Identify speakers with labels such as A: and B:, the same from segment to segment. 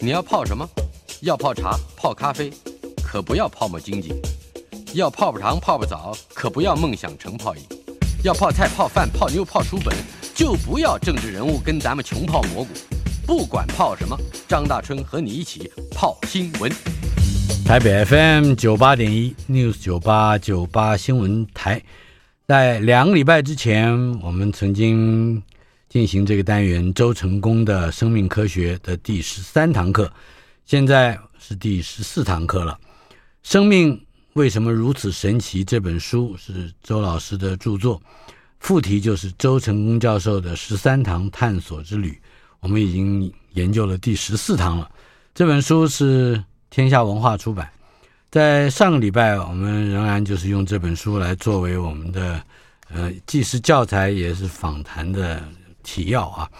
A: 你要泡什么？要泡茶、泡咖啡，可不要泡沫经济；要泡泡糖、泡泡澡，可不要梦想成泡影；要泡菜、泡饭、泡妞、泡书本，就不要政治人物跟咱们穷泡蘑菇。不管泡什么，张大春和你一起泡新闻。
B: 台北 FM 九八点一 News 九八九八新闻台，在两个礼拜之前，我们曾经进行这个单元周成功的生命科学的第十三堂课，现在是第十四堂课了。生命为什么如此神奇？这本书是周老师的著作，副题就是周成功教授的十三堂探索之旅。我们已经研究了第十四堂了。这本书是天下文化出版。在上个礼拜，我们仍然就是用这本书来作为我们的呃，既是教材也是访谈的提要啊。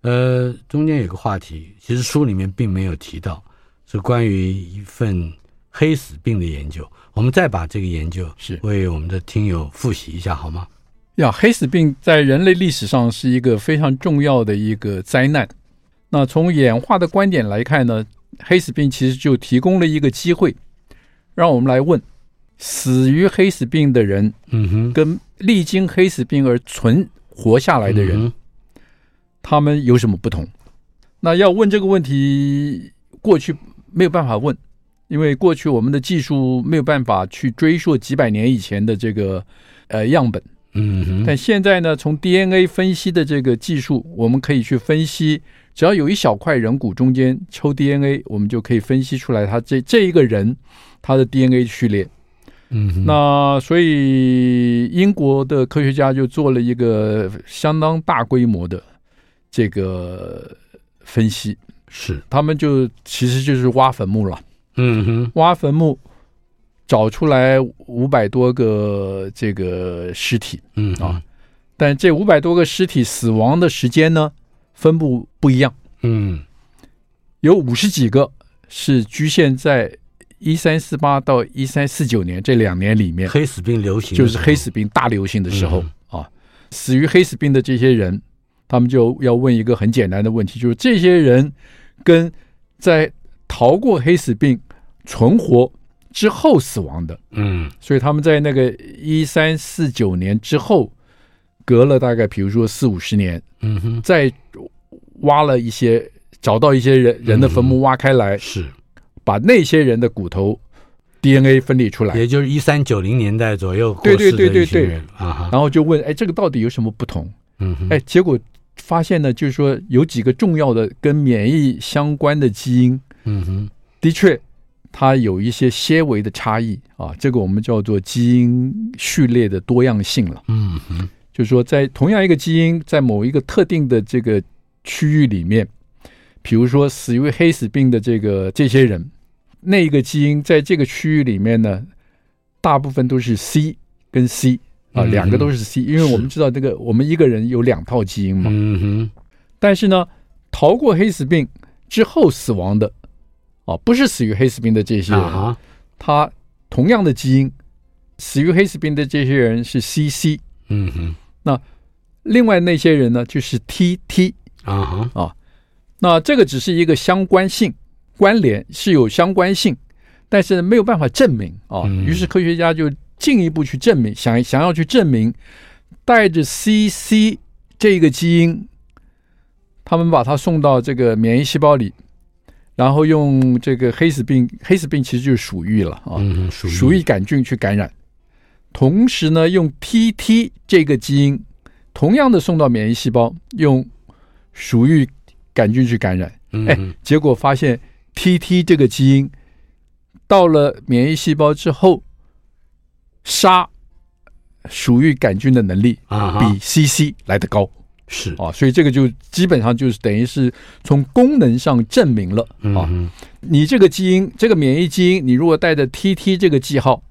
B: 呃，中间有个话题，其实书里面并没有提到，是关于一份黑死病的研究。我们再把这个研究
C: 是
B: 为我们的听友复习一下好吗？
C: 呀，黑死病在人类历史上是一个非常重要的一个灾难。那从演化的观点来看呢，黑死病其实就提供了一个机会，让我们来问：死于黑死病的人
B: 嗯哼，
C: 跟历经黑死病而存活下来的人，
B: 嗯哼
C: 他们有什么不同？那要问这个问题，过去没有办法问，因为过去我们的技术没有办法去追溯几百年以前的这个呃样本。
B: 嗯哼，
C: 但现在呢，从 DNA 分析的这个技术，我们可以去分析，只要有一小块人骨中间抽 DNA，我们就可以分析出来他这这一个人他的 DNA 序列。
B: 嗯哼，
C: 那所以英国的科学家就做了一个相当大规模的这个分析，
B: 是，
C: 他们就其实就是挖坟墓了，
B: 嗯哼，
C: 挖坟墓找出来五百多个这个尸体。
B: 嗯
C: 啊，但这五百多个尸体死亡的时间呢，分布不一样，
B: 嗯
C: 有五十几个是局限在一三四八到一三四九年这两年里，面，
B: 黑死病流行的
C: 就是黑
B: 时
C: 死病大流行的时候
B: 嗯、
C: 啊，死于黑死病的这些人，他们就要问一个很简单的问题，就是这些人跟在逃过黑死病存活之后死亡的，
B: 候，嗯
C: 所以他们在那个一三四九年之后，隔了大概比如说四五十年。
B: 嗯哼，
C: 再挖了一些，找到一些人人的坟墓挖开来，
B: 是，
C: 把那些人的骨头 DNA 分离出来，
B: 也就是一三九零年代左右过
C: 对
B: 世
C: 对
B: 的
C: 对
B: 一
C: 对
B: 群
C: 对
B: 人啊哈，
C: 然后就问，哎，这个到底有什么不同？
B: 嗯哼，
C: 哎，结果发现呢，就是说有几个重要的跟免疫相关的基因，
B: 嗯哼，
C: 的确。它有一些些微的差异啊，这个我们叫做基因序列的多样性了。
B: 嗯哼，
C: 就是说，在同样一个基因，在某一个特定的这个区域里面，比如说死于黑死病的这个这些人，那一个基因在这个区域里面呢，大部分都是 C 跟 C 啊，
B: 嗯
C: 两个都是 C，因为
B: 是
C: 我们知道这个我们一个人有两套基因嘛，
B: 嗯哼，
C: 但是呢，逃过黑死病之后死亡的，啊，不是死于黑死病的这些人，
B: 啊哈，
C: 他同样的基因，死于黑死病的这些人是 CC。
B: 嗯哼，
C: 另外那些人呢，就是 TT。
B: 啊哈，
C: 那这个只是一个相关性关联，是有相关性，但是没有办法证明啊。
B: 嗯
C: 于是科学家就进一步去证明，想想要去证明带着 CC 这个基因，他们把它送到这个免疫细胞里，然后用这个黑死病，黑死病其实就是鼠疫了啊。
B: 嗯哼，属
C: 鼠疫杆菌去感染。同时呢，用 TT 这个基因，同样的送到免疫细胞，用鼠疫杆菌去感染。
B: 嗯
C: 哎
B: 哼
C: 结果发现 TT 这个基因到了免疫细胞之后，杀鼠疫杆菌的能力
B: 啊哈
C: 哎比，CC 来得高
B: 是，
C: 啊，所以这个就基本上就是等于是从功能上证明了
B: 嗯
C: 啊。
B: 哼，
C: 你这个基因，这个免疫基因，你如果带着 TT 这个记号，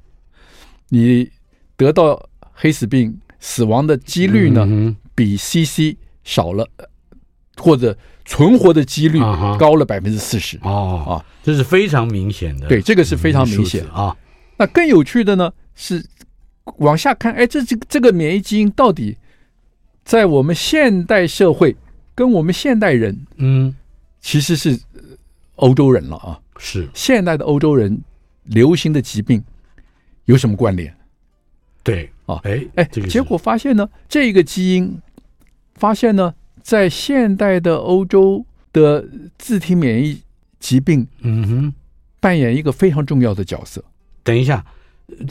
C: 你得到黑死病死亡的几率呢，
B: 嗯
C: 比 CC 少了，呃或者存活的几率
B: 啊哈
C: 高了百分之四十
B: 哼，。哦
C: 啊
B: 这是非常明显的，
C: 对，，这个是非常明显。
B: 啊，
C: 那更有趣的呢是往下看，哎，这这个这个免疫基因到底在我们现代社会跟我们现代人
B: 嗯，
C: 其实是呃欧洲人了啊。
B: 是
C: 现代的欧洲人流行的疾病有什么关联？
B: 对
C: 哦
B: 哎
C: 哎，
B: 这个是
C: 结果发现呢，这个基因发现呢，在现代的欧洲的自体免疫疾病
B: 嗯哼，
C: 扮演一个非常重要的角色。
B: 等一下，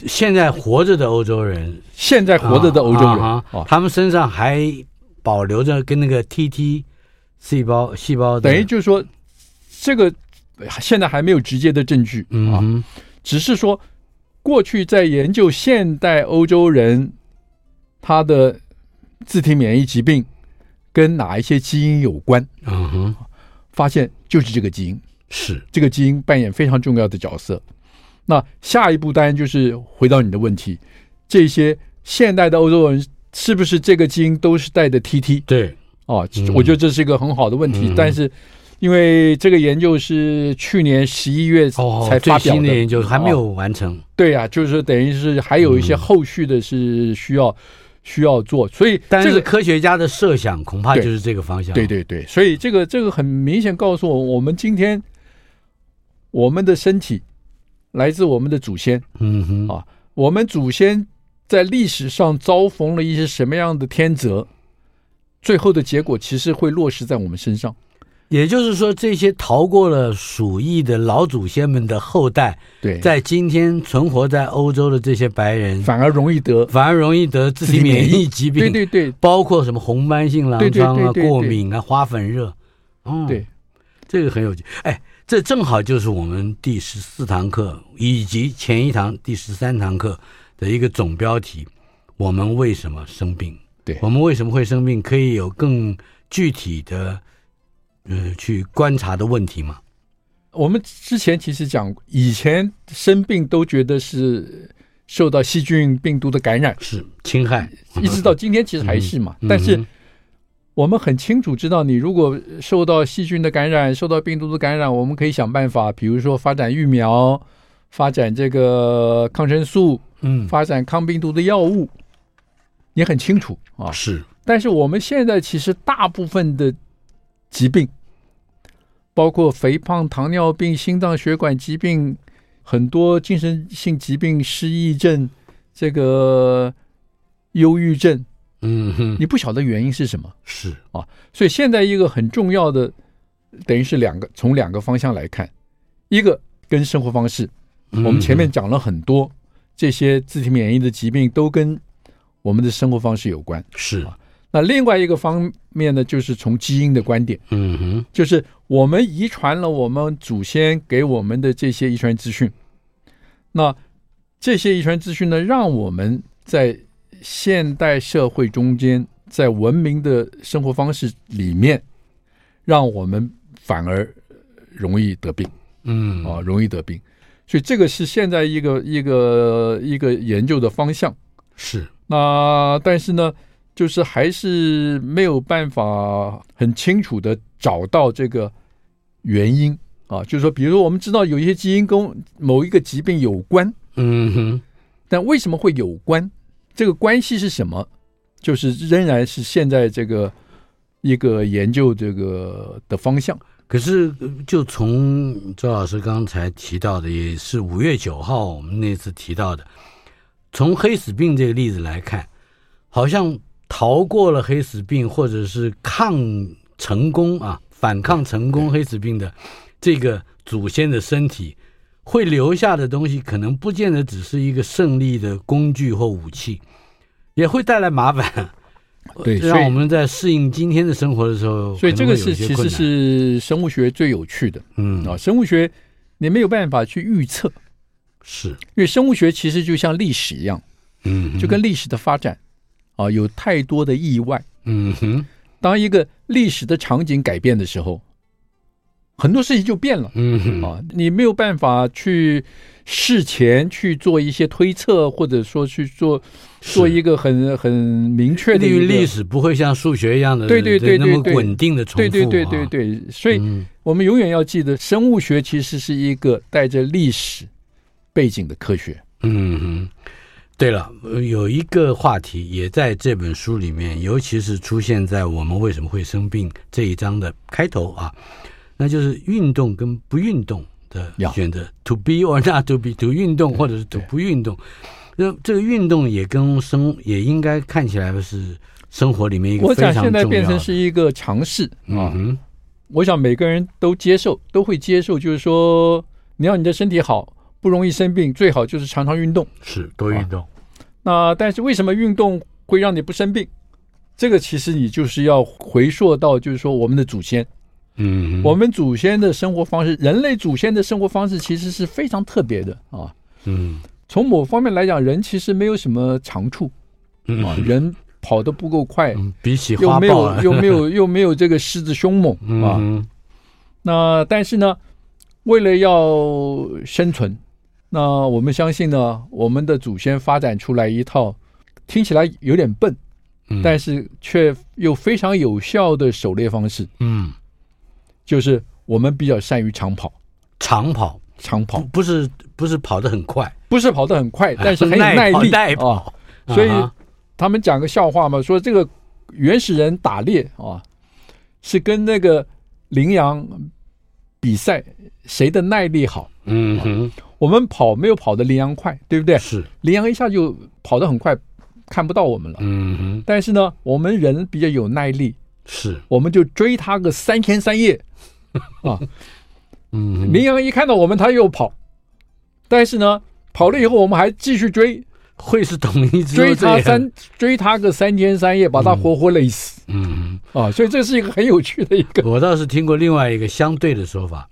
B: 现在活着的欧洲人
C: 现在活着的欧洲人
B: 啊啊
C: 哦
B: 他们身上还保留着跟那个 T T 细胞细胞的，
C: 等于就是说，这个现在还没有直接的证据
B: 嗯
C: 啊，
B: 哼
C: 只是说过去在研究现代欧洲人他的自体免疫疾病跟哪一些基因有关，
B: 嗯哼，
C: 发现就是这个基因，
B: 是
C: 这个基因扮演非常重要的角色。那下一步当然就是回到你的问题，这些现代的欧洲人是不是这个基因都是带着 TT？
B: 对，
C: 哦
B: 嗯，
C: 我觉得这是一个很好的问题，
B: 嗯
C: 但是因为这个研究是去年十一月
B: 哦，
C: 才
B: 最
C: 发表
B: 新的研究还没有嗯
C: 哦
B: 完成，
C: 对呀、就是等于是还有一些后续的是需要、需要做，所以
B: 但
C: 这
B: 是
C: 个
B: 科学家的设想恐怕就
C: 对
B: 是这个方向，
C: 对对对，所以这个这个很明显告诉我，我们今天我们的身体来自我们的祖先，
B: 嗯哼，
C: 哦我们祖先在历史上遭逢了一些什么样的天责，最后的结果其实会落实在我们身上。
B: 也就是说，这些逃过了鼠疫的老祖先们的后代，
C: 对，
B: 在今天存活在欧洲的这些白人，
C: 反而容易得
B: 反而容易得自体免疫疾病，
C: 对对对
B: 包括什么红斑性
C: 对
B: 狼
C: 对对
B: 疮啊、
C: 对对
B: 过敏啊、花粉热，嗯，
C: 对，
B: 这个很有趣。哎，这正好就是我们第十四堂课以及前一堂第十三堂课的一个总标题：我们为什么生病？
C: 对
B: 我们为什么会生病？可以有更具体的，呃，去观察的问题吗？
C: 我们之前其实讲，以前生病都觉得是受到细菌、病毒的感染，
B: 是侵害，
C: 一直到今天其实还是嘛。
B: 嗯
C: 但是
B: 哼
C: 我们很清楚知道，你如果受到细菌的感染、受到病毒的感染，我们可以想办法，比如说发展疫苗、发展这个抗生素、
B: 嗯
C: 发展抗病毒的药物，你很清楚啊。
B: 嗯是
C: 但是我们现在其实大部分的疾病，包括肥胖、糖尿病、心脏血管疾病，很多精神性疾病、失忆症、这个忧郁症，
B: 嗯哼
C: 你不晓得原因是什么。
B: 是
C: 所以现在一个很重要的，等于是两个从两个方向来看，一个跟生活方式，
B: 嗯
C: 我们前面讲了很多这些自体免疫的疾病都跟我们的生活方式有关。
B: 是
C: 那另外一个方面呢，就是从基因的观点，
B: 嗯哼
C: 就是我们遗传了我们祖先给我们的这些遗传资讯，那这些遗传资讯呢，让我们在现代社会中间，在文明的生活方式里面，让我们反而容易得病
B: 嗯
C: 啊，容易得病。所以这个是现在一个一个一个研究的方向。
B: 是
C: 那但是呢，就是还是没有办法很清楚的找到这个原因啊。就是说，比如说我们知道有一些基因跟某一个疾病有关，
B: 嗯哼
C: 但为什么会有关？这个关系是什么？就是仍然是现在这个一个研究这个的方向。
B: 可是，呃就从周老师刚才提到的，也是五月九号我们那次提到的，从黑死病这个例子来看，好像逃过了黑死病，或者是抗成功啊，反抗成功黑死病的这个祖先的身体，会留下的东西，可能不见得只是一个胜利的工具或武器，也会带来麻烦。
C: 对所以
B: 让我们在适应今天的生活的时候，
C: 所以这个
B: 可能会有
C: 是
B: 一些
C: 其实
B: 困难
C: 是生物学最有趣的
B: 嗯
C: 啊，生物学你没有办法去预测，
B: 是
C: 因为生物学其实就像历史一样。
B: 嗯
C: 就跟历史的发展啊有太多的意外。
B: 嗯哼，
C: 当一个历史的场景改变的时候，很多事情就变了
B: 嗯哼，
C: 啊，你没有办法去事前去做一些推测，或者说去做做一个很很明确的
B: 对于
C: 一个
B: 历。史不会像数学一样的，
C: 对对对
B: 那
C: 对
B: 么
C: 对
B: 稳定的重复、
C: 对
B: 啊，
C: 对对对对，所以
B: 嗯
C: 我们永远要记得，生物学其实是一个带着历史背景的科学。
B: 嗯哼。对了，呃有一个话题也在这本书里面，尤其是出现在《我们为什么会生病》这一章的开头啊，那就是运动跟不运动的
C: Yeah
B: 选择，to be or not to be，to 运动或者是 to
C: 对
B: 不运动。那这个运动也跟生也应该看起来是生活里面一个
C: 我
B: 非
C: 想
B: 常
C: 现
B: 重要的。
C: 在变成是一个尝试
B: 嗯
C: 啊，
B: 哼，
C: 我想每个人都接受，都会接受，就是说你要你的身体好，不容易生病，最好就是常常运动。
B: 是多运动。
C: 那但是为什么运动会让你不生病？这个其实你就是要回溯到，就是说我们的祖先，
B: 嗯哼，
C: 我们祖先的生活方式，人类祖先的生活方式其实是非常特别的啊。
B: 嗯
C: 从某方面来讲，人其实没有什么长处
B: 嗯
C: 啊，人跑得不够快，
B: 嗯，比起
C: 又
B: 花
C: 没
B: 豹
C: 有
B: 啊，
C: 又没有又没有这个狮子凶猛
B: 嗯
C: 啊。
B: 哼
C: 那但是呢，为了要生存，那我们相信呢，我们的祖先发展出来一套听起来有点笨，
B: 嗯
C: 但是却又非常有效的狩猎方式，
B: 嗯，
C: 就是我们比较善于长跑。
B: 长跑
C: 长
B: 不
C: 跑
B: 不是不是跑得很快，
C: 不是跑得 很快，但是很有耐
B: 跑
C: 力
B: 耐
C: 啊。
B: 跑，
C: 所以
B: 啊哈
C: 他们讲个笑话嘛，说这个原始人打猎啊，是跟那个羚羊比赛谁的耐力好。
B: 嗯哼
C: 我们跑没有跑得羚羊快，对不对？
B: 是
C: 羚羊一下就跑得很快，看不到我们了。
B: 嗯哼
C: 但是呢，我们人比较有耐力，
B: 是
C: 我们就追它个三天三夜。啊
B: 嗯哼
C: 羚羊一看到我们，它又跑，但是呢，跑了以后我们还继续 追，
B: 会是统一之后
C: 追它
B: 这样
C: 三追它个三天三夜，把它活活累死
B: 嗯
C: 啊！所以这是一个很有趣的一个
B: 哼，我倒是听过另外一个相对的说法，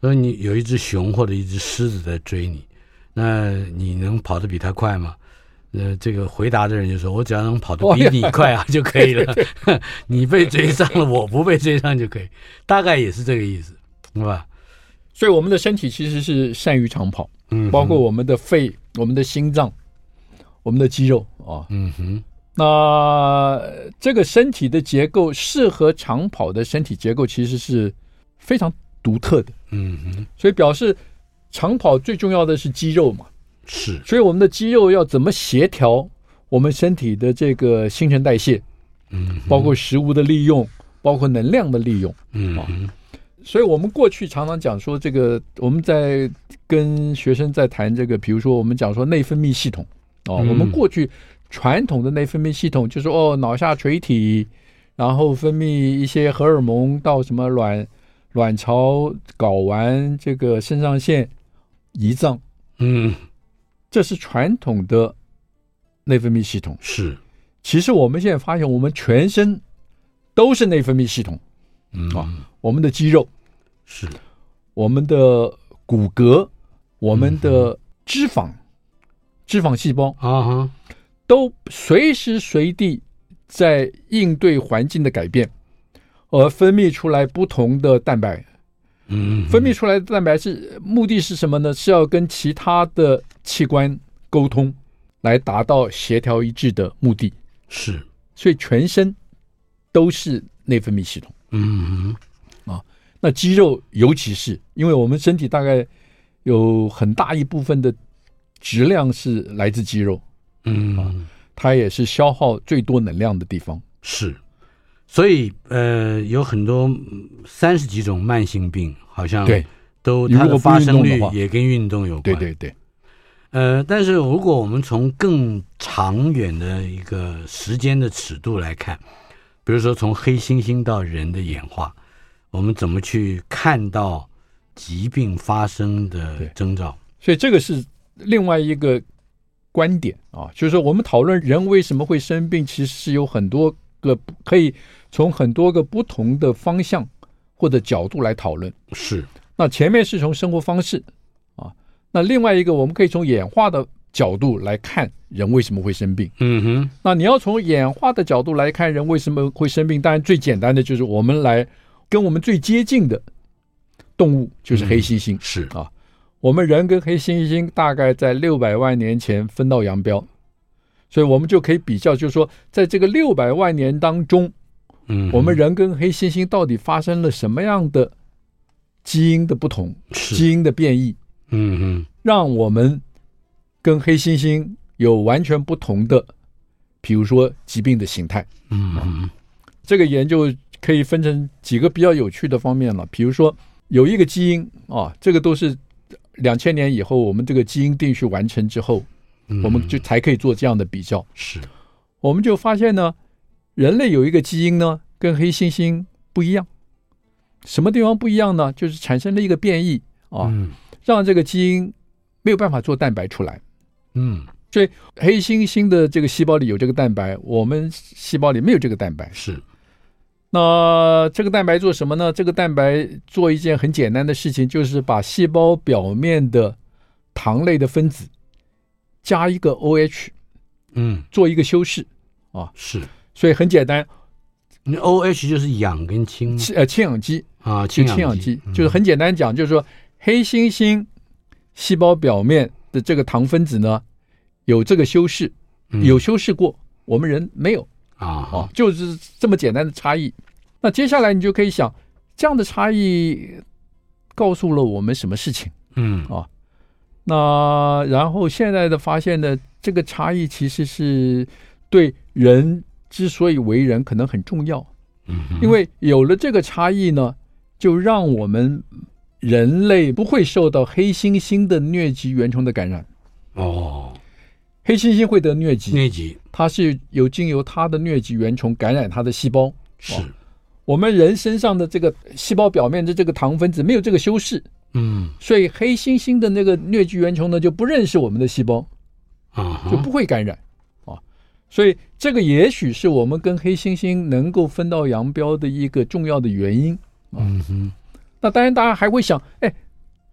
B: 说你有一只熊或者一只狮子在追你，那你能跑得比它快吗？呃，这个回答的人就说：“我只要能跑得比你快啊就可以了，你被追上了，我不被追上就可以，大概也是这个意思，是吧？
C: 所以我们的身体其实是善于长跑，
B: 嗯哼，
C: 包括我们的肺、我们的心脏、我们的肌肉啊。
B: 嗯哼，
C: 那呃这个身体的结构适合长跑的身体结构其实是非常独特的，
B: 嗯哼，
C: 所以表示长跑最重要的是肌肉嘛。
B: 是，
C: 所以我们的肌肉要怎么协调我们身体的这个新陈代谢，
B: 嗯
C: 包括食物的利用，包括能量的利用。
B: 嗯
C: 哦
B: 哼，
C: 所以我们过去常常讲说，这个我们在跟学生在谈这个，比如说我们讲说内分泌系统哦，
B: 嗯
C: 我们过去传统的内分泌系统就是哦脑下垂体，然后分泌一些荷尔蒙到什么卵卵巢、睾丸、这个肾上腺、胰脏，
B: 嗯
C: 这是传统的内分泌系统。
B: 是，
C: 其实我们现在发现，我们全身都是内分泌系统，
B: 嗯
C: 啊我们的肌肉。
B: 是，
C: 我们的骨骼、我们的脂肪、脂肪细胞
B: 啊哈，
C: 都随时随地在应对环境的改变，而分泌出来不同的蛋白。
B: 嗯，
C: 分泌出来的蛋白是目的是什么呢？是要跟其他的器官沟通，来达到协调一致的目的。
B: 是，
C: 所以全身都是内分泌系统。
B: 嗯哼，
C: 那肌肉尤其是，因为我们身体大概有很大一部分的质量是来自肌肉，哦
B: 嗯。
C: 它也是消耗最多能量的地方。
B: 是，所以呃，有很多三十几种慢性病，好像
C: 对
B: 都
C: 你如
B: 它的
C: 果不
B: 发
C: 运
B: 生
C: 动的
B: 率
C: 话
B: 也跟运动有关。
C: 对对对，
B: 呃，但是如果我们从更长远的一个时间的尺度来看，比如说从黑猩猩到人的演化，我们怎么去看到疾病发生的
C: 对
B: 征兆？
C: 所以这个是另外一个观点啊，就是说我们讨论人为什么会生病，其实是有很多个可以从很多个不同的方向或者角度来讨论。
B: 是，
C: 那前面是从生活方式啊，那另外一个我们可以从演化的角度来看人为什么会生病。
B: 嗯哼，
C: 那你要从演化的角度来看，人为什么会生病？当然，最简单的就是我们来跟我们最接近的动物就是黑猩猩。
B: 是，
C: 我们人跟黑猩猩大概在六百万年前分道扬镳，所以我们就可以比较，就是说，在这个六百万年当中，
B: 嗯哼，
C: 我们人跟黑猩猩到底发生了什么样的基因的不同、
B: 是，
C: 基因的变异，
B: 嗯哼，
C: 让我们跟黑猩猩有完全不同的，比如说疾病的形态。
B: 嗯哼，
C: 这个研究可以分成几个比较有趣的方面了，比如说有一个基因啊，这个都是两千年以后我们这个基因定序完成之后，
B: 嗯
C: 我们就啊才可以做这样的比较。
B: 是
C: 我们就发现呢，人类有一个基因呢跟黑猩猩不一样，什么地方不一样呢？就是产生了一个变异啊，
B: 嗯
C: 让这个基因没有办法做蛋白出来。
B: 嗯
C: 黑猩猩的这个细胞里有这个蛋白，我们细胞里没有这个蛋白。
B: 是
C: 那这个蛋白做什么呢？这个蛋白做一件很简单的事情，就是把细胞表面的糖类的分子加一个 OH
B: 嗯
C: 做一个修饰，
B: 是。
C: 所以很简单，
B: 那 O H 就是氧跟氢
C: 氢呃氢氧基
B: 啊，
C: 就
B: 嗯氢
C: 氢氧
B: 基
C: 基，就是很简单讲，就是说黑猩猩细胞表面的这个糖分子呢有这个修饰，
B: 嗯
C: 有修饰过，我们人没有
B: 啊
C: 啊，就是这么简单的差异。那接下来你就可以想，这样的差异告诉了我们什么事情？
B: 嗯
C: 那然后现在的发现呢，这个差异其实是对人之所以为人可能很重要，
B: 嗯哼
C: 因为有了这个差异呢，就让我们人类不会受到黑猩猩的疟疾原虫的感染。
B: 哦，
C: 黑猩猩会得疟疾，
B: 那集
C: 它是有经由它的疟疾原虫感染它的细胞。
B: 是
C: 哦我们人身上的这个细胞表面的这个糖分子没有这个修饰，
B: 嗯
C: 所以黑猩猩的那个疟疾原虫呢就不认识我们的细胞，
B: 啊哈
C: 就不会感染啊。所以这个也许是我们跟黑猩猩能够分道扬镳的一个重要的原因。
B: 嗯哼
C: 那当然，大家还会想，哎，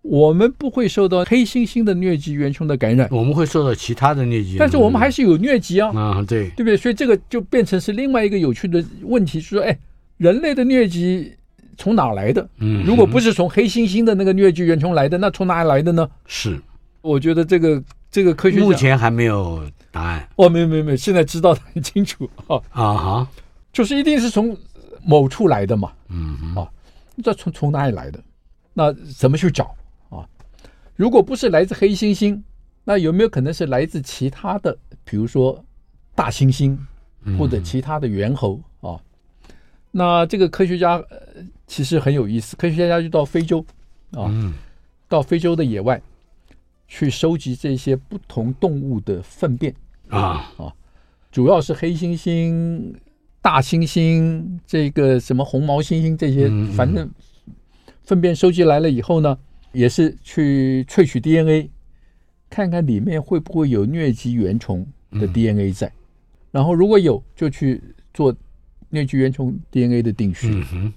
C: 我们不会受到黑猩猩的疟疾原虫的感染，
B: 我们会受到其他的疟疾，
C: 但是我们还是有疟疾啊，
B: 啊对
C: 对不对？所以这个就变成是另外一个有趣的问题，就是说，哎，人类的疟疾从哪来的？
B: 嗯
C: 如果不
B: 是
C: 是从黑猩猩的那个疟疾原虫来的，那从哪里来的呢？
B: 是
C: 我觉得这个这个科学家
B: 目前还没有答案
C: 哦，没有没有没有，现在知道的很清楚啊、哦，
B: 啊哈
C: 就是一定是从某处来的嘛，
B: 嗯哼
C: 这从从哪里来的？那怎么去找啊？如果不是来自黑猩猩，那有没有可能是来自其他的，比如说大猩猩或者其他的猿猴啊？那这个科学家、呃、其实很有意思，科学家就到非洲啊，
B: 嗯
C: 到非洲的野外去收集这些不同动物的粪便，
B: 啊
C: 主要是黑猩猩、大猩猩、这个什么红毛猩猩这些
B: 嗯嗯，
C: 反正粪便收集来了以后呢，也是去萃取 DNA，看看里面会不会有疟疾原虫的
B: 嗯
C: DNA 在，然后如果有，就去做疟疾原虫 DNA 的定序。
B: 嗯哼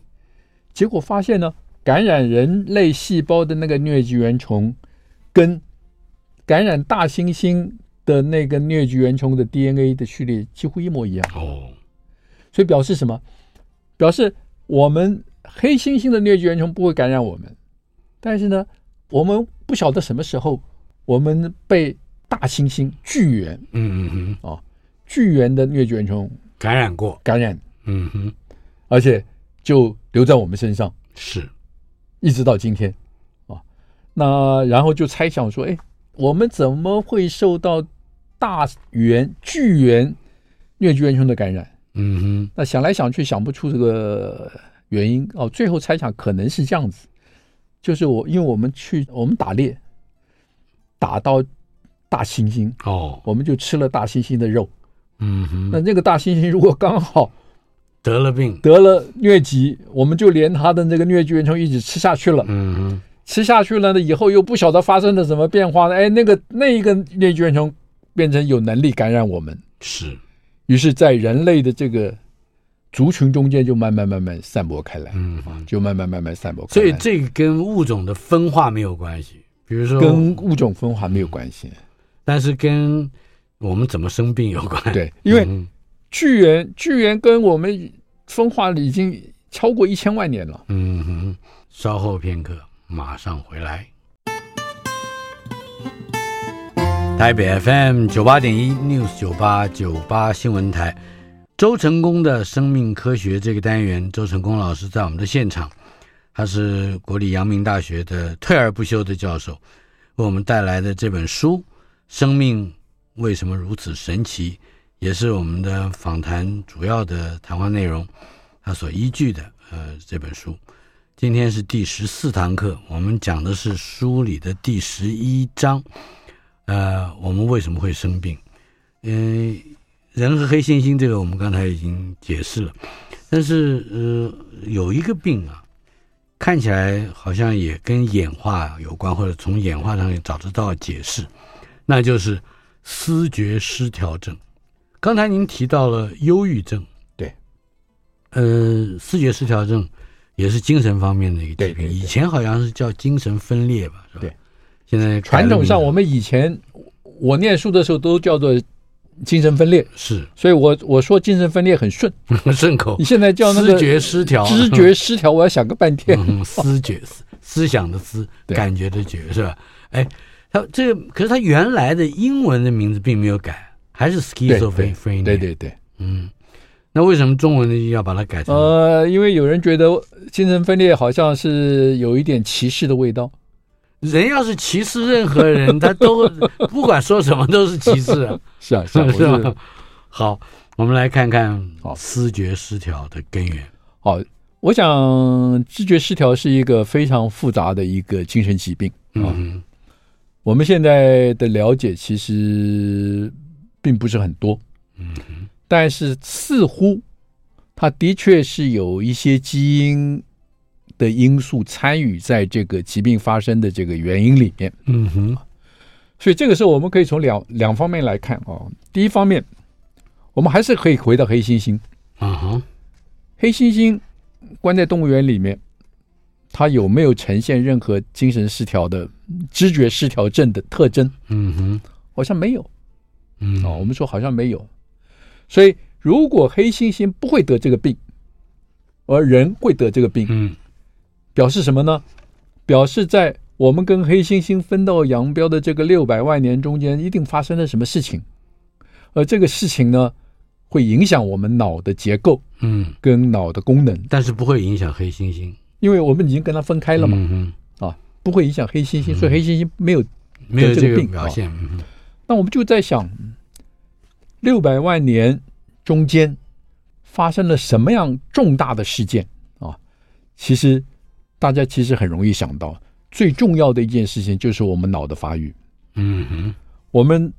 C: 结果发现呢，感染人类细胞的那个疟疾原虫，跟感染大猩猩的那个疟疾原虫的 DNA 的序列几乎一模一样，
B: 哦
C: 所以表示什么？表示我们黑猩猩的疟疾原虫不会感染我们，但是呢，我们不晓得什么时候我们被大猩猩巨猿
B: 嗯嗯哼
C: 巨猿的疟疾原虫
B: 感染过
C: 感染，
B: 嗯哼
C: 而且就留在我们身上。
B: 是
C: 一直到今天啊。那然后就猜想说，哎，我们怎么会受到大猿、巨猿、疟疾原虫的感染？
B: 嗯
C: 那想来想去想不出这个原因哦，最后猜想可能是这样子，就是我因为我们去我们打猎，打到大猩猩，
B: 哼哦
C: 我们就吃了大猩猩的肉。
B: 嗯哼
C: 那那个大猩猩如果刚好
B: 得了病
C: 得了疟疾，我们就连它的那个疟疾原虫一起吃下去了。
B: 嗯哼
C: 吃下去了呢，以后又不晓得发生了什么变化呢？哎，那个那一个疟疾原虫变成有能力感染我们，
B: 是
C: 于是，在人类的这个族群中间就慢慢慢慢散播开来，
B: 嗯哼
C: 就慢慢慢慢散播开
B: 所
C: 来。
B: 以这个跟物种的分化没有关系，比如说
C: 跟物种分化没有关系，
B: 但是跟我们怎么生病有关。
C: 对，因为
B: 嗯
C: 巨猿巨猿跟我们分化了已经超过一千万年了。
B: 嗯哼，稍后片刻，马上回来。台北 FM 九八点一 News 九八九八新闻台，周成功的生命科学这个单元，周成功老师在我们的现场，他是国立阳明大学的退而不休的教授，为我们带来的这本书《生命为什么如此神奇》，也是我们的访谈主要的谈话内容。它所依据的呃这本书。今天是第十四堂课，我们讲的是书里的第十一章，呃，我们为什么会生病？嗯、人和黑猩猩这个我们刚才已经解释了，但是呃，有一个病啊，看起来好像也跟演化有关，或者从演化上也找得到解释，那就是思觉失调症。刚才您提到了忧郁症，
D: 对，
B: 呃，思觉失调症也是精神方面的一个疾
D: 对
B: 病，
D: 对对
B: 以前好像是叫精神分裂吧，是吧？
D: 对，
B: 现在改了
C: 传统上，
B: 名
C: 我们以前我念书的时候都叫做精神分裂，
B: 字
C: 所以我我说精神分裂很顺。
B: 是 顺口
C: 你，现在叫那
B: 思
C: 个
B: 觉失调，
C: 知觉失调，我要想个半 天。
B: 嗯，思觉思思想的思，
C: 对
B: 感觉的觉是吧？哎，他这个可是他原来的英文的名字并没有改，还是 schizophrenia。
C: 对，对对，
B: 嗯，那为什么中文的要把它改成？
C: 呃，因为有人觉得精神分裂好像是有一点歧视的味道。
B: 人要是歧视任何人，他都 不管说什么都是歧视啊，
C: 是 啊，是啊，我
B: 是
C: 是
B: 吧？好，我们来看看
C: 好
B: 思觉失调的根源。
C: 好。我想，知觉失调是一个非常复杂的一个精神疾病。
B: 嗯
C: 我们现在的了解其实并不是很多，
B: 嗯哼
C: 但是似乎它的确是有一些基因的因素参与在这个疾病发生的这个原因里面。
B: 嗯哼，
C: 所以这个时候我们可以从两两方面来看哦。第一方面，我们还是可以回到黑猩猩，
B: 嗯哼，
C: 黑猩猩关在动物园里面，它有没有呈现任何精神失调的知觉失调症的特征？
B: 嗯哼，
C: 好像没有
B: 嗯
C: 哦。我们说好像没有，所以如果黑猩猩不会得这个病，而人会得这个病，
B: 嗯
C: 表示什么呢？表示在我们跟黑猩猩分道扬镳的这个六百万年中间，一定发生了什么事情，而这个事情呢，会影响我们脑的结构
B: 嗯，
C: 跟脑的功能，
B: 但是不会影响黑猩猩。
C: 因为我们已经跟它分开了嘛，
B: 嗯哼。
C: 啊，不会影响黑猩猩，所以黑猩猩没有。
B: 没有
C: 这
B: 这
C: 个
B: 个
C: 病
B: 表
C: 啊
B: 现。嗯哼
C: 那我们就在想，六百万年中间发生了什么样重大的事件啊？其实大家其实很容易想到，最重要的一件事情就是我们脑的发育。
B: 嗯哼，
C: 我们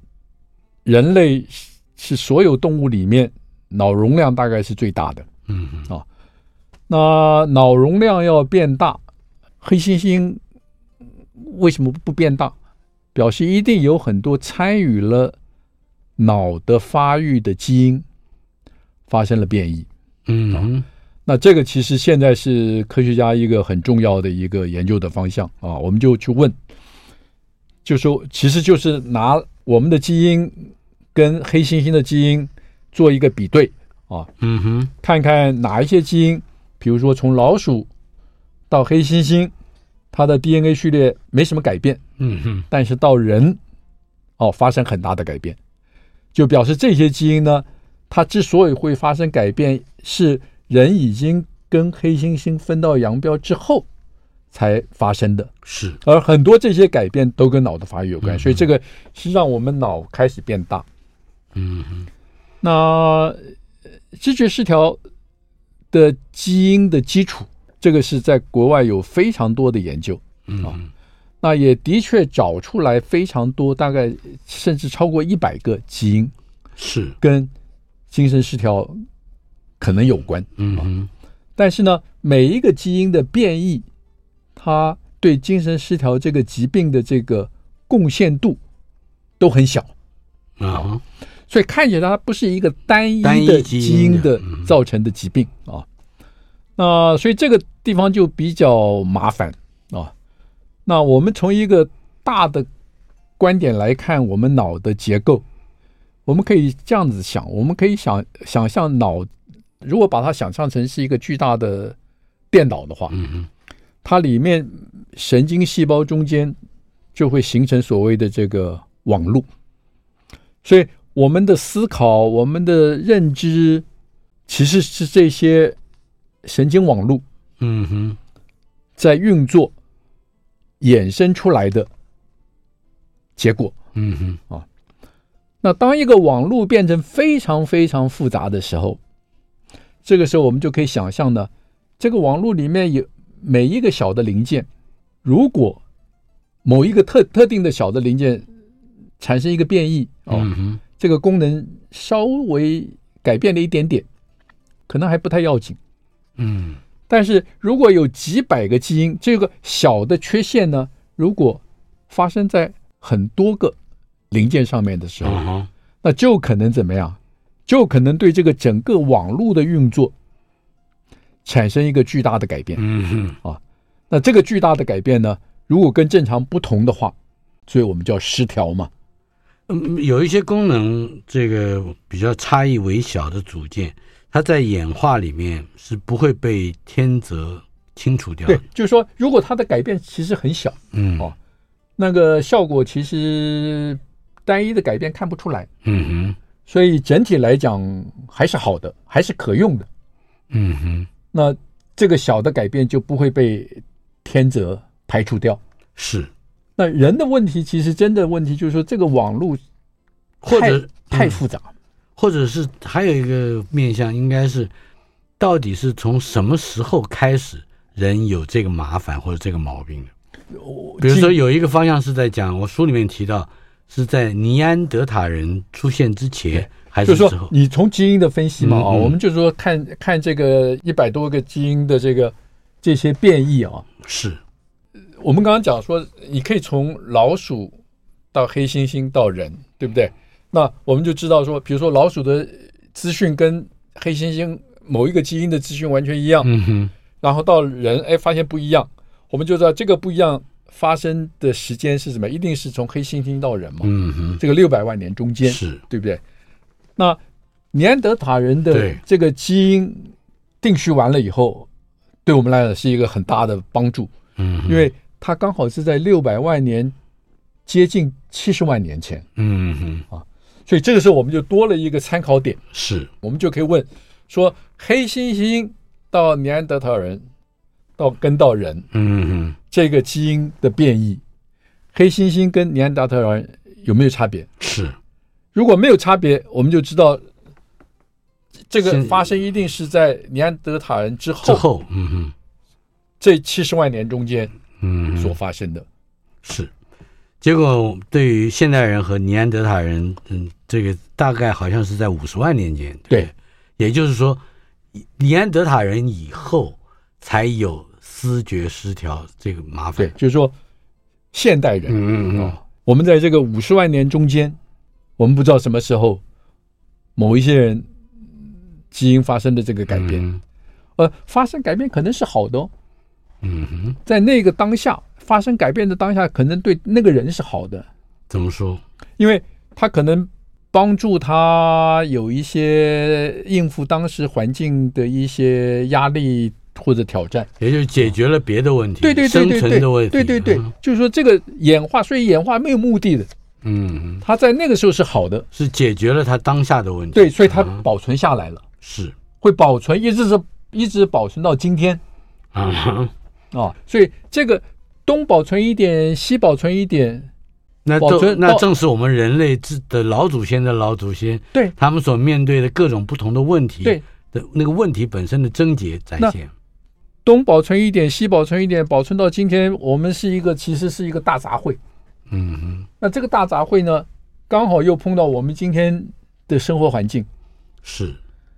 C: 人类是所有动物里面脑容量大概是最大的。
B: 嗯哼，
C: 那脑容量要变大，黑猩猩为什么不变大？表示一定有很多参与了脑的发育的基因发生了变异。
B: 嗯哼，
C: 那这个其实现在是科学家一个很重要的一个研究的方向啊，我们就去问，就说其实就是拿我们的基因跟黑猩猩的基因做一个比对啊，
B: 嗯哼，
C: 看看哪一些基因，比如说从老鼠到黑猩猩，它的 DNA 序列没什么改变，
B: 嗯哼，
C: 但是到人哦发生很大的改变，就表示这些基因呢，它之所以会发生改变，是人已经跟黑猩猩分道扬镳之后才发生的，
B: 是，
C: 而很多这些改变都跟脑的发育有关，
B: 嗯
C: 所以这个是让我们脑开始变大。
B: 嗯哼，
C: 那呃知觉失调的基因的基础，这个是在国外有非常多的研究。
B: 嗯
C: 啊
B: 哼，
C: 那也的确找出来非常多，大概甚至超过一百个基因
B: 是，
C: 跟精神失调可能有关。
B: 嗯哼，
C: 但是呢，每一个基因的变异，它对精神失调这个疾病的这个贡献度都很小，
B: 啊哈，
C: 所以看起来它不是一个单一
B: 单一
C: 的
B: 基因
C: 基因
B: 的
C: 的
B: 嗯
C: 造成的疾病啊。那所以这个地方就比较麻烦啊。那我们从一个大的观点来看，我们脑的结构，我们可以这样子想，我们可以想想象脑，如果把它想象成是一个巨大的电脑的话，
B: 嗯哼，
C: 它里面神经细胞中间就会形成所谓的这个网路，所以我们的思考、我们的认知，其实是这些神经网路
B: 嗯哼，
C: 在运作衍生出来的结果。
B: 嗯哼，
C: 那当一个网络变成非常非常复杂的时候，这个时候我们就可以想象呢，这个网络里面有每一个小的零件，如果某一个特特定的小的零件产生一个变异哦，
B: 嗯哼，
C: 这个功能稍微改变了一点点，可能还不太要紧。
B: 嗯
C: 但是如果有几百个基因，这个小的缺陷呢，如果发生在很多个零件上面的时候，
B: 嗯哼，
C: 那就可能怎么样？就可能对这个整个网络的运作产生一个巨大的改变。
B: 嗯哼，
C: 那这个巨大的改变呢，如果跟正常不同的话，所以我们叫失调嘛。
B: 嗯，有一些功能这个比较差异微小的组件，它在演化里面是不会被天择清除掉
C: 对
B: 的。，
C: 就是说，如果它的改变其实很小，
B: 嗯
C: 哦那个效果其实单一的改变看不出来，
B: 嗯哼，
C: 所以整体来讲还是好的，还是可用的。
B: 嗯哼，
C: 那这个小的改变就不会被天择排除掉。
B: 是，
C: 那人的问题其实真的问题就是说，这个网络
B: 或者
C: 太
B: 嗯
C: 复杂，
B: 或者是还有一个面向，应该是到底是从什么时候开始人有这个麻烦或者这个毛病的？比如说有一个方向是在讲，我书里面提到是在尼安德塔人出现之前还
C: 就是
B: 之
C: 是说
B: 后？
C: 你从基因的分析嘛啊，
B: 嗯嗯
C: 我们就是说看看这个一百多个基因的这个这些变异啊，
B: 是，
C: 我们刚刚讲说，你可以从老鼠到黑猩猩到人，对不对？那我们就知道说，比如说老鼠的资讯跟黑猩猩某一个基因的资讯完全一样，
B: 嗯哼，
C: 然后到人，哎，发现不一样，我们就知道这个不一样发生的时间是什么，一定是从黑猩猩到人嘛，
B: 嗯哼，
C: 这个六百万年中间，
B: 是，
C: 对不对？那尼安德塔人的
B: 对
C: 这个基因定序完了以后，对我们来讲是一个很大的帮助。
B: 嗯哼，
C: 因为它刚好是在六百万年接近七十万年前，
B: 嗯哼，
C: 所以这个时候我们就多了一个参考点，
B: 是，
C: 我们就可以问说黑猩猩到尼安德特人到跟到人
B: 嗯哼，
C: 这个基因的变异，黑猩猩跟尼安德特人有没有差别？
B: 是，
C: 如果没有差别，我们就知道这个
B: 是
C: 发生一定是在尼安德塔人之
B: 之
C: 后
B: 后，嗯哼，
C: 这七十万年中间
B: 嗯
C: 所
B: 哼，
C: 发生的。
B: 是。结果对于现代人和尼安德塔人，嗯，这个大概好像是在五十万年前，
C: 对，
B: 也就是说，尼安德塔人以后才有思觉失调这个麻
C: 对
B: 烦，。
C: 就是说现代人，
B: 嗯嗯嗯
C: 哦，我们在这个五十万年中间，我们不知道什么时候某一些人嗯基因发生的这个改变，
B: 嗯
C: 呃，发生改变可能是好的、哦，
B: 嗯哼，
C: 在那个当下发生改变的当下，可能对那个人是好的，
B: 怎么说？
C: 因为他可能帮助他有一些应付当时环境的一些压力或者挑战。
B: 也就解决了别的问题，
C: 对对对
B: 生
C: 对
B: 存的问
C: 对
B: 题，
C: 对对对，就是说这个演化，所以演化没有目的的，
B: 嗯，嗯，
C: 他在那个时候是好的，
B: 是解决了他当下的问题，
C: 对，所以它
B: 啊
C: 保存下来了。
B: 是
C: 会保存，一直是一直保存到今天
B: 啊哈，
C: 啊。所以这个东保存一点，西保存一点，
B: 那
C: 保存
B: 正那
C: 到
B: 正是我们人类之的老祖先的老祖先，
C: 对
B: 他们所面对的各种不同的问题，
C: 对，
B: 的那个问题本身的症结展现，
C: 东保存一点，西保存一点，保存到今天，我们是一个其实是一个大杂烩。
B: 嗯哼，
C: 那这个大杂烩呢，刚好又碰到我们今天的生活环境，
B: 是，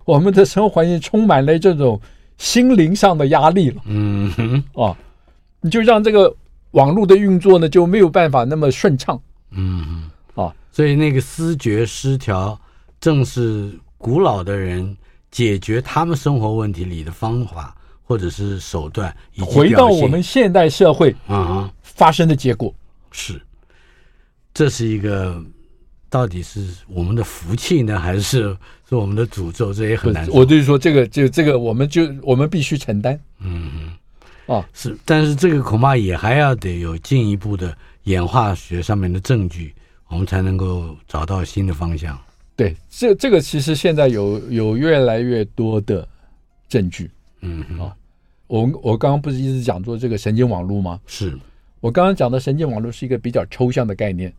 C: 我们的生活环境充满了这种心灵上的压力了
B: 嗯哼，
C: 啊，你就让这个网络的运作呢就没有办法那么顺畅。
B: 嗯哼，
C: 啊，
B: 所以那个思觉失调，正是古老的人解决他们生活问题里的方法或者是手段，以及
C: 回到
B: 表现
C: 我们现代社会
B: 啊哈。
C: 发生的结果，
B: 是，这是一个到底是我们的福气呢，还是是我们的诅咒？这也很难说。
C: 我就是说，这个就这个，我们就我们必须承担。
B: 是，但是这个恐怕也还要得有进一步的演化学上面的证据，我们才能够找到新的方向。
C: 对，这这个其实现在有有越来越多的证据。
B: 嗯哼，
C: 啊我我刚刚不是一直讲说这个神经网络吗？
B: 是，
C: 我刚刚讲的神经网络是一个比较抽象的概念。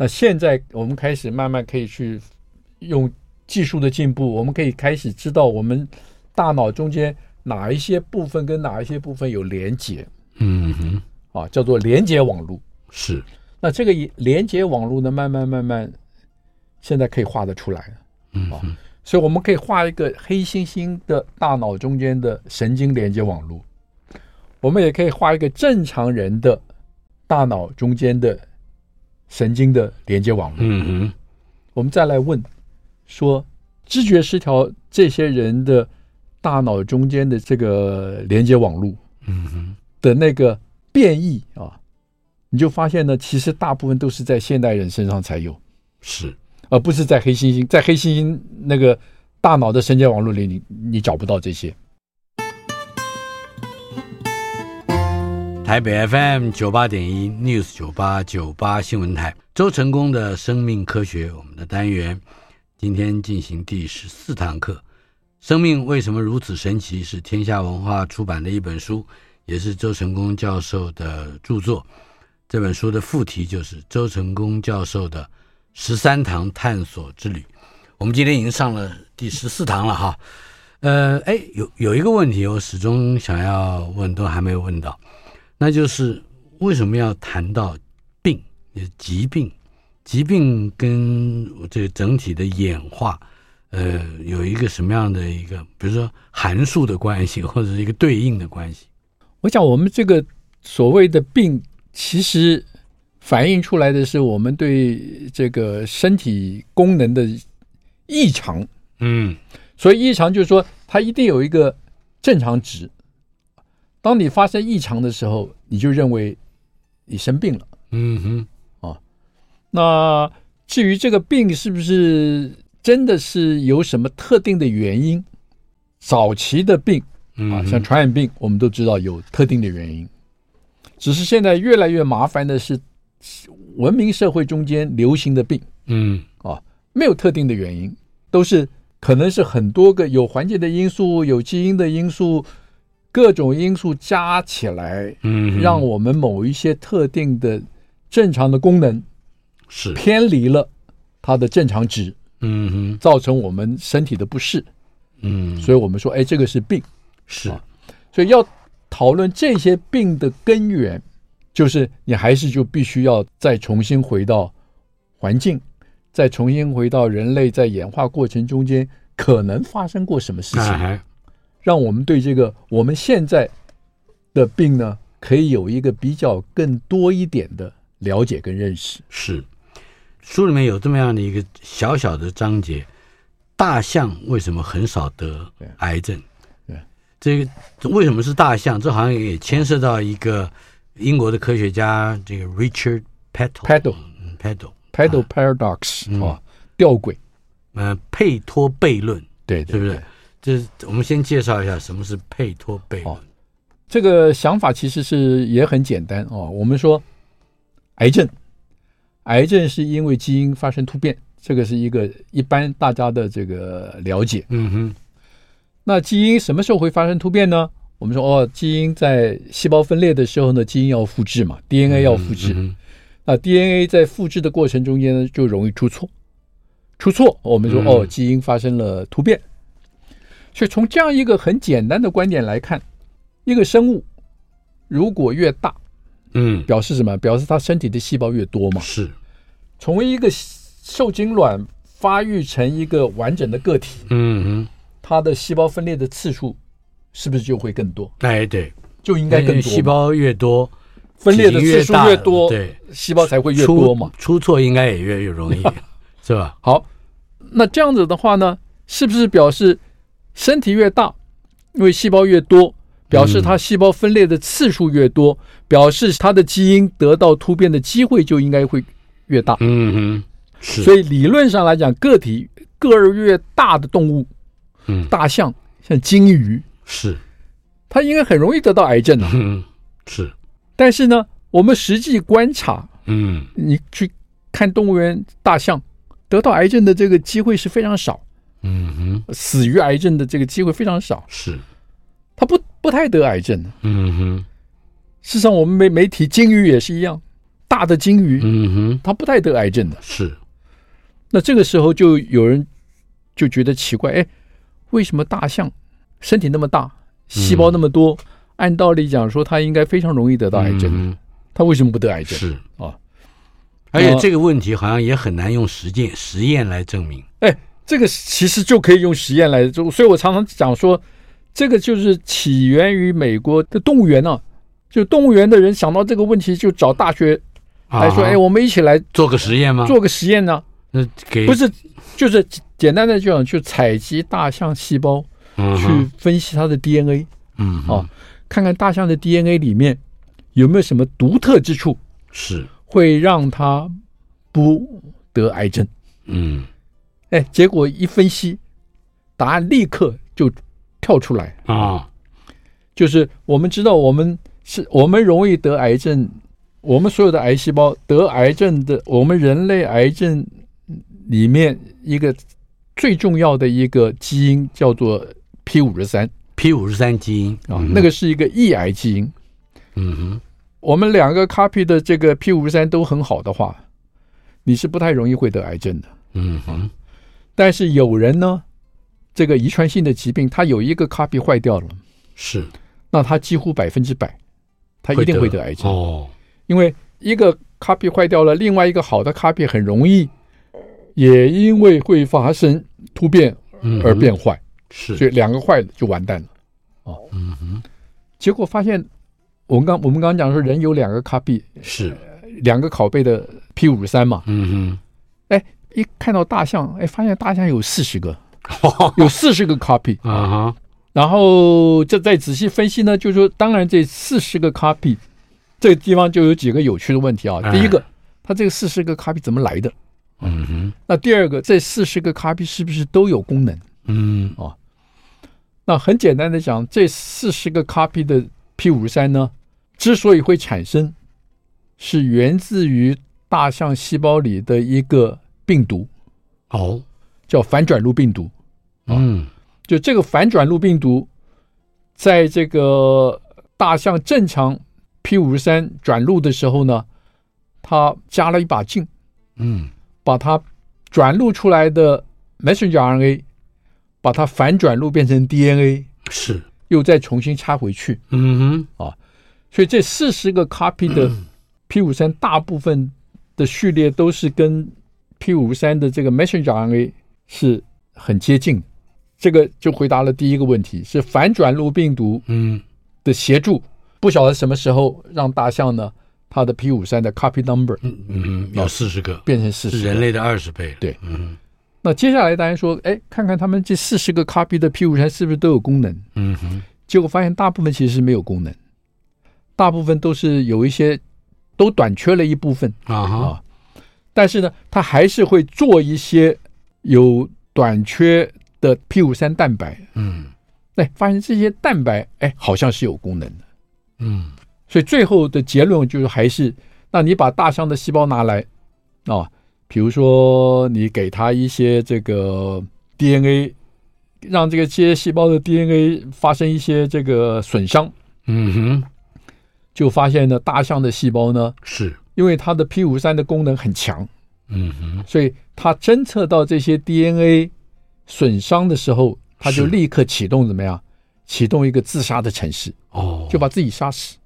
C: 那现在我们开始慢慢可以去用技术的进步，我们可以开始知道我们大脑中间哪一些部分跟哪一些部分有连接
B: 嗯哼，
C: 啊，叫做连接网路。
B: 是，
C: 那这个也连接网路呢，慢慢慢慢，现在可以画得出来了。
B: 嗯
C: 哦
B: 哼，
C: 所以我们可以画一个黑猩猩的大脑中间的神经连接网络，我们也可以画一个正常人的大脑中间的神经的连接网络。
B: 嗯哼，
C: 我们再来问，说知觉失调这些人的大脑中间的这个连接网络
B: 嗯哼，
C: 的那个变异啊，你就发现呢，其实大部分都是在现代人身上才有。
B: 是，
C: 而不是在黑猩猩，在黑猩猩那个大脑的神经网络里，你你找不到这些。
B: 台北 FM 九八点一 News 九八九八新闻台，周成功的生命科学，我们的单元今天进行第十四堂课。生命为什么如此神奇？是天下文化出版的一本书，也是周成功教授的著作。这本书的副题就是周成功教授的十三堂探索之旅。我们今天已经上了第十四堂了哈。呃，哎，有有一个问题，我始终想要问，都还没有问到。那就是为什么要谈到病，也就是疾病，疾病跟这个整体的演化，呃，有一个什么样的一个，比如说函数的关系，或者是一个对应的关系？
C: 我想我们这个所谓的病，其实反映出来的是我们对这个身体功能的异常。
B: 嗯
C: 所以异常就是说，它一定有一个正常值。当你发生异常的时候，你就认为你生病了。
B: 嗯哼
C: 那至于这个病是不是真的是有什么特定的原因，早期的病
B: 嗯
C: 啊，
B: 哼
C: 像传染病，我们都知道有特定的原因，只是现在越来越麻烦的是，文明社会中间流行的病
B: 嗯
C: 啊，没有特定的原因，都是可能是很多个有环境的因素、有基因的因素、各种因素加起来，
B: 嗯哼，
C: 让我们某一些特定的正常的功能
B: 是
C: 偏离了它的正常值，
B: 嗯哼
C: 造成我们身体的不适，
B: 嗯
C: 所以我们说，哎，这个是病。
B: 是
C: 啊所以要讨论这些病的根源，就是你还是就必须要再重新回到环境，再重新回到人类在演化过程中间可能发生过什么事情，
B: 哎
C: 让我们对这个我们现在的病呢，可以有一个比较更多一点的了解跟认识。
B: 是书里面有这么样的一个小小的章节，大象为什么很少得癌症？
C: 对对
B: 这个这为什么是大象？这好像也牵涉到一个英国的科学家，这个 Richard Petal
C: Petal
B: 嗯 Petal
C: Pedal paradox
B: 嗯
C: 啊，吊诡，
B: 呃佩托悖论
C: 对
B: 是
C: 对
B: 不
C: 对
B: 是？？这我们先介绍一下什么是佩托悖论
C: 哦。这个想法其实是也很简单哦。我们说，癌症，癌症是因为基因发生突变，这个是一个一般大家的这个了解。
B: 嗯哼，
C: 那基因什么时候会发生突变呢？我们说哦，基因在细胞分裂的时候呢，基因要复制嘛，DNA 要复制。
B: 嗯
C: 那 DNA 在复制的过程中间呢，就容易出错。出错，我们说、
B: 嗯
C: 哦，基因发生了突变。所以从这样一个很简单的观点来看，一个生物如果越大，
B: 嗯
C: 表示什么？表示它身体的细胞越多嘛
B: 嗯。是
C: 从一个受精卵发育成一个完整的个体，
B: 嗯哼，
C: 它的细胞分裂的次数是不是就会更多？
B: 哎对，
C: 就应该
B: 因为
C: 更多嘛。
B: 哎细胞越多，
C: 分裂的
B: 体积
C: 次数
B: 大
C: 越多，
B: 对，
C: 细胞才会越多嘛。
B: 出出错应该也越越 容易，是吧？
C: 好，那这样子的话呢，是不是表示身体越大，因为细胞越多，表
B: 嗯
C: 示它细胞分裂的次数越多，表示它的基因得到突变的机会就应该会越大。
B: 嗯哼，是，
C: 所以理论上来讲，个体个儿越大的动物，
B: 嗯
C: 大象像鲸鱼，
B: 是，
C: 它应该很容易得到癌症啊。
B: 嗯，是，
C: 但是呢，我们实际观察，
B: 嗯
C: 你去看动物园大象，得到癌症的这个机会是非常少。
B: 嗯哼，
C: 死于癌症的这个机会非常少，
B: 是，
C: 他不不太得癌症。
B: 嗯哼，
C: 事实上，我们媒媒体鲸鱼也是一样，大的鲸鱼
B: 嗯哼，
C: 它不太得癌症的。
B: 是，
C: 那这个时候就有人就觉得奇怪，哎，为什么大象身体那么大，
B: 嗯
C: 细胞那么多，按道理讲说他应该非常容易得到癌症，
B: 嗯
C: 他为什么不得癌症？
B: 是
C: 哦。
B: 而且
C: 那
B: 这个问题好像也很难用实践实验来证明。
C: 哎这个其实就可以用实验来做，所以我常常讲说，这个就是起源于美国的动物园呢、就动物园的人想到这个问题，就找大学来说，
B: 啊
C: 哎，我们一起来
B: 做个实验吗？
C: 做个实验呢、
B: 那给
C: 不是，就是简单的就讲，去采集大象细胞，
B: 嗯
C: 去
B: 哼
C: 分析它的 DNA，
B: 嗯哼
C: 哦看看大象的 DNA 里面有没有什么独特之处，
B: 是
C: 会让它不得癌症。
B: 嗯
C: 哎，结果一分析，答案立刻就跳出来。
B: 啊
C: 就是我们知道，我们是我们容易得癌症，我们所有的癌细胞得癌症的，我们人类癌症里面一个最重要的一个基因叫做 P 五十三
B: ，P 五十三基因
C: 啊
B: 嗯，
C: 那个是一个抑癌基因。
B: 嗯哼
C: 我们两个 copy 的这个 P 五十三都很好的话，你是不太容易会得癌症的。
B: 嗯哼
C: 但是有人呢，这个遗传性的疾病，他有一个 copy 坏掉了，
B: 是
C: 那他几乎百分之百，他一定会得癌症。
B: 哦，
C: 因为一个 copy 坏掉了，另外一个好的 copy 很容易，也因为会发生突变
B: 嗯哼
C: 而变坏，所以
B: 是
C: 两个坏了就完蛋了。哦，
B: 嗯哼
C: 结果发现我们刚我们刚刚讲说人有两个 copy，
B: 是
C: 两个拷贝的 P 五十三嘛，
B: 嗯
C: 一看到大象，哎，发现大象有四十个，
B: 哼
C: 有四十个 copy，
B: 啊哈
C: 然后这再仔细分析呢，就是说，当然这四十个 copy，这个地方就有几个有趣的问题啊。
B: 嗯
C: 第一个，它这个四十个 copy 怎么来的？
B: 嗯哼
C: 那第二个，这四十个 copy 是不是都有功能？
B: 嗯
C: 那很简单的讲，这四十个 copy 的 P 五十三呢，之所以会产生，是源自于大象细胞里的一个病毒，
B: 哦
C: 叫反转录病毒。
B: 嗯
C: 就这个反转录病毒，在这个大象正常 P 五十三转录的时候呢，它加了一把劲，
B: 嗯
C: 把它转录出来的 messenger RNA，把它反转录变成 DNA，
B: 是
C: 又再重新插回去。
B: 嗯哼
C: 所以这四十个 copy 的 P 五三大部分的序列都是跟 P 五三的这个 messenger RNA 是很接近的。这个就回答了第一个问题，是反转录病毒
B: 嗯
C: 的协助，不晓得什么时候让大象呢，它的 P 五三的 copy number
B: 嗯嗯哼有四十个
C: 变成四
B: 是
C: 十。
B: 人类的二十倍了
C: 对
B: 嗯
C: 那接下来大家说，哎，看看他们这四十个 copy 的 P 五三是不是都有功能？
B: 嗯哼
C: 结果发现大部分其实是没有功能，大部分都是有一些都短缺了一部分。
B: 啊哈
C: 啊但是呢，它还是会做一些有短缺的 P 五三蛋白。
B: 嗯
C: 哎，发现这些蛋白，哎，好像是有功能的。
B: 嗯
C: 所以最后的结论就是，还是那你把大象的细胞拿来啊，比如说你给它一些这个 DNA，让这个这些细胞的 DNA 发生一些这个损伤，
B: 嗯哼
C: 就发现呢，大象的细胞呢，
B: 是
C: 因为它的 P 五三的功能很强，
B: 嗯哼
C: 所以它侦测到这些 DNA 损伤的时候，它就是立刻启动怎么样？启动一个自杀的程式，
B: 哦
C: 就把自己杀死。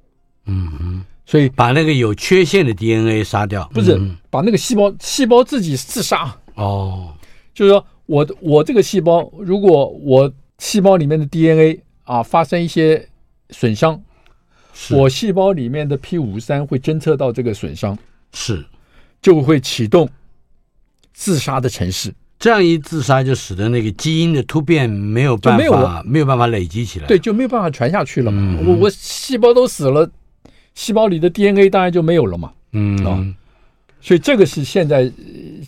B: 嗯哼
C: 所以
B: 把那个有缺陷的 DNA 杀掉
C: 不是
B: 嗯
C: 把那个细胞细胞自己自杀，
B: 哦
C: 就是说我我这个细胞，如果我细胞里面的 DNA 啊发生一些损伤，
B: 是
C: 我细胞里面的 P 五三会侦测到这个损伤，
B: 是
C: 就会启动自杀的程式。
B: 这样一自杀，就使得那个基因的突变没有办
C: 就没有
B: 法
C: 了
B: 没有办法累积起来。
C: 对，，就没有办法传下去了嘛。
B: 嗯
C: 我我细胞都死了，细胞里的 DNA 当然就没有了嘛。
B: 嗯，
C: 哦所以这个是现在呃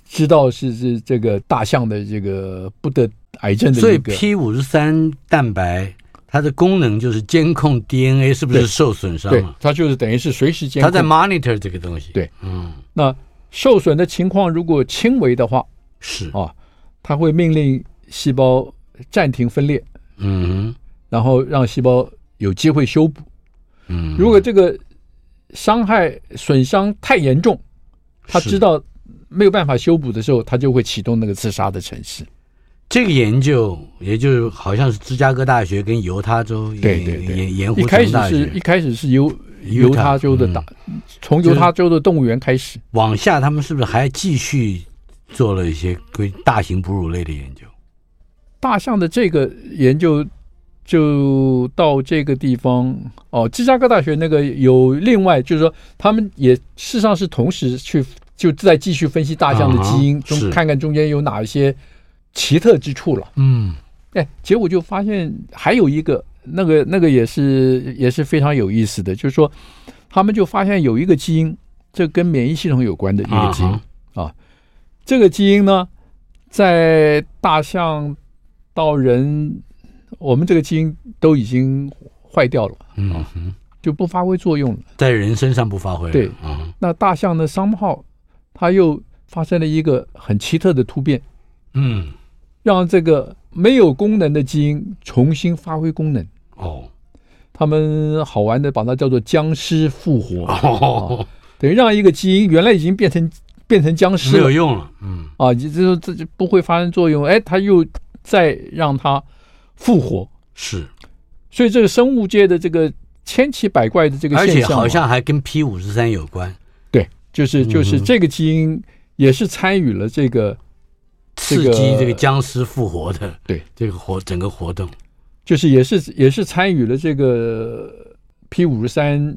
C: 知道是是这个大象的这个不得癌症的
B: 所以
C: 一个
B: P 五十三蛋白它的功能就是监控 DNA 是不是
C: 对
B: 受损伤
C: 对
B: 了，，
C: 它就是等于是随时监
B: 它
C: 控。
B: 在 monitor 这个东西。
C: 对，
B: 嗯，
C: 那受损的情况如果轻微的话
B: 是，
C: 啊，它会命令细胞暂停分裂，
B: 嗯
C: 然后让细胞有机会修补。
B: 嗯，
C: 如果这个伤害损伤太严重，他
B: 是
C: 知道没有办法修补的时候，他就会启动那个自杀的程式。
B: 这个研究，也就好像是芝加哥大学跟犹他州
C: 对对对
B: 盐盐
C: 一
B: 湖
C: 开
B: 城
C: 始
B: 哎大
C: 是
B: 学
C: 一开始是犹
B: Utah，
C: 犹他州的大，从
B: 就
C: 犹
B: 是
C: 他州的动物园开始。
B: 往下，他们是不是还继续做了一些归大型哺乳类的研究？
C: 大象的这个研究就到这个地方哦，芝加哥大学那个有另外就是说，他们也事实上是同时去就再继续分析大象的基因，
B: 啊哈
C: 中
B: 是
C: 看看中间有哪一些奇特之处了。
B: 嗯，
C: 哎，结果就发现还有一个那个那个也是也是非常有意思的，就是说他们就发现有一个基因，这跟免疫系统有关的一个基因。
B: 啊
C: 这个基因呢，在大象到人，我们这个基因都已经坏掉了，
B: 嗯哼，
C: 就不发挥作用了。
B: 在人身上不发挥了
C: 哦对
B: 啊，
C: 那大象呢，somehow 它又发生了一个很奇特的突变，
B: 嗯，
C: 让这个没有功能的基因重新发挥功能。
B: 哦，
C: 他们好玩的把它叫做僵尸复活，
B: 哦，
C: 等于让一个基因原来已经变成变成僵尸
B: 没
C: 了
B: 有，用了，嗯，
C: 啊，也就是说这就不会发生作用，哎，它又再让它复活，
B: 是，
C: 所以这个生物界的这个千奇百怪的这个
B: 而
C: 现
B: 且
C: 象啊，
B: 好像还跟 P 五十三有关，
C: 对，就是就是
B: 嗯哼
C: 这个基因也是参与了这个，
B: 刺
C: 这个
B: 激这个僵尸复活的，
C: 对
B: 这个活整个活动，
C: 就是也是也是参与了这个 P 五十三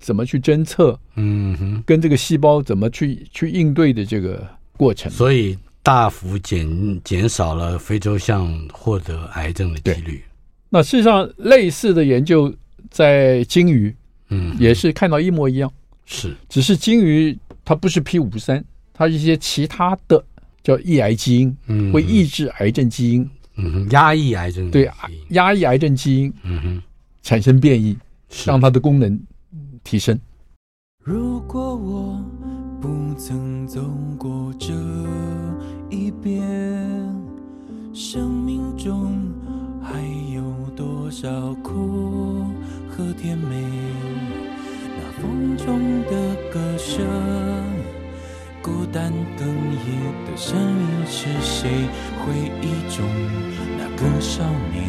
C: 怎么去侦测，
B: 嗯哼，
C: 跟这个细胞怎么去去应对的这个过程。
B: 所以大幅减减少了非洲象获得癌症的几率，
C: 那事实上，类似的研究在鲸鱼
B: 嗯，
C: 也是看到一模一样，
B: 是，
C: 只是鲸鱼它不是 P 五十三，它是一些其他的叫抑癌基因，
B: 嗯，
C: 会抑制癌症基因。
B: 嗯哼，压抑癌症的
C: 对
B: 基因，
C: 压抑癌症基因
B: 嗯哼，
C: 产生变异，
B: 是
C: 让它的功能提升。
D: 如果我不曾走过这一边，生命中还有多少苦和甜美？那风中的歌声，孤单哽咽的声音是谁？回忆中那个少年，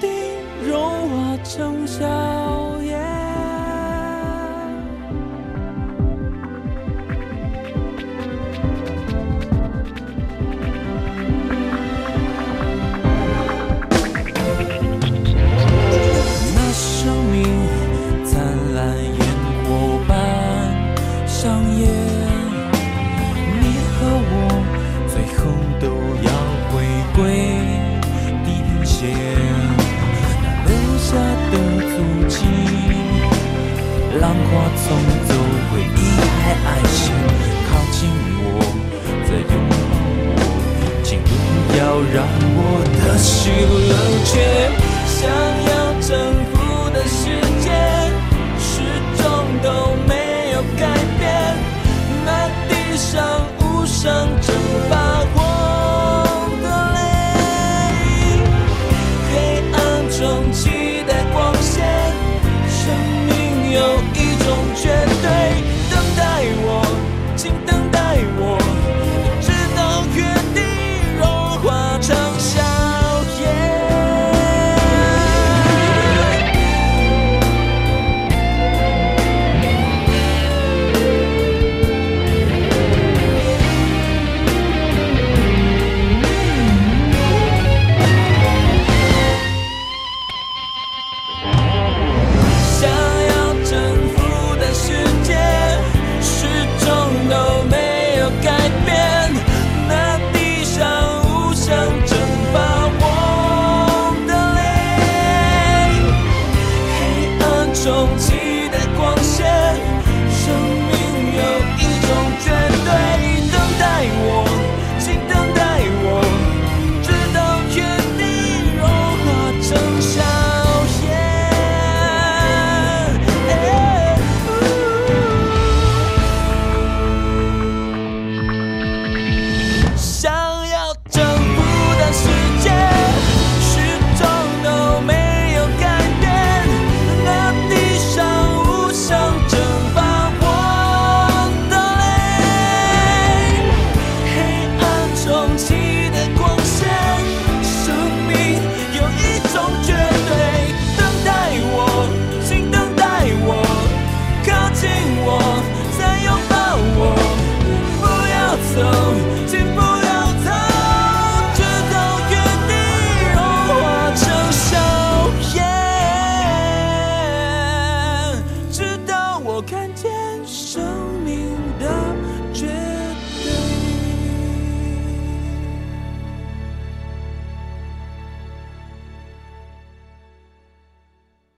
D: 定融化成笑颜。那生命灿烂烟火般上演，你和我最后都要回归地平线，那留下的足迹，浪花冲走回忆还爱情，靠近我，再拥抱我，请不要让我的心冷却，想要征服的世界，始终都没有改变，那地上无声蒸哎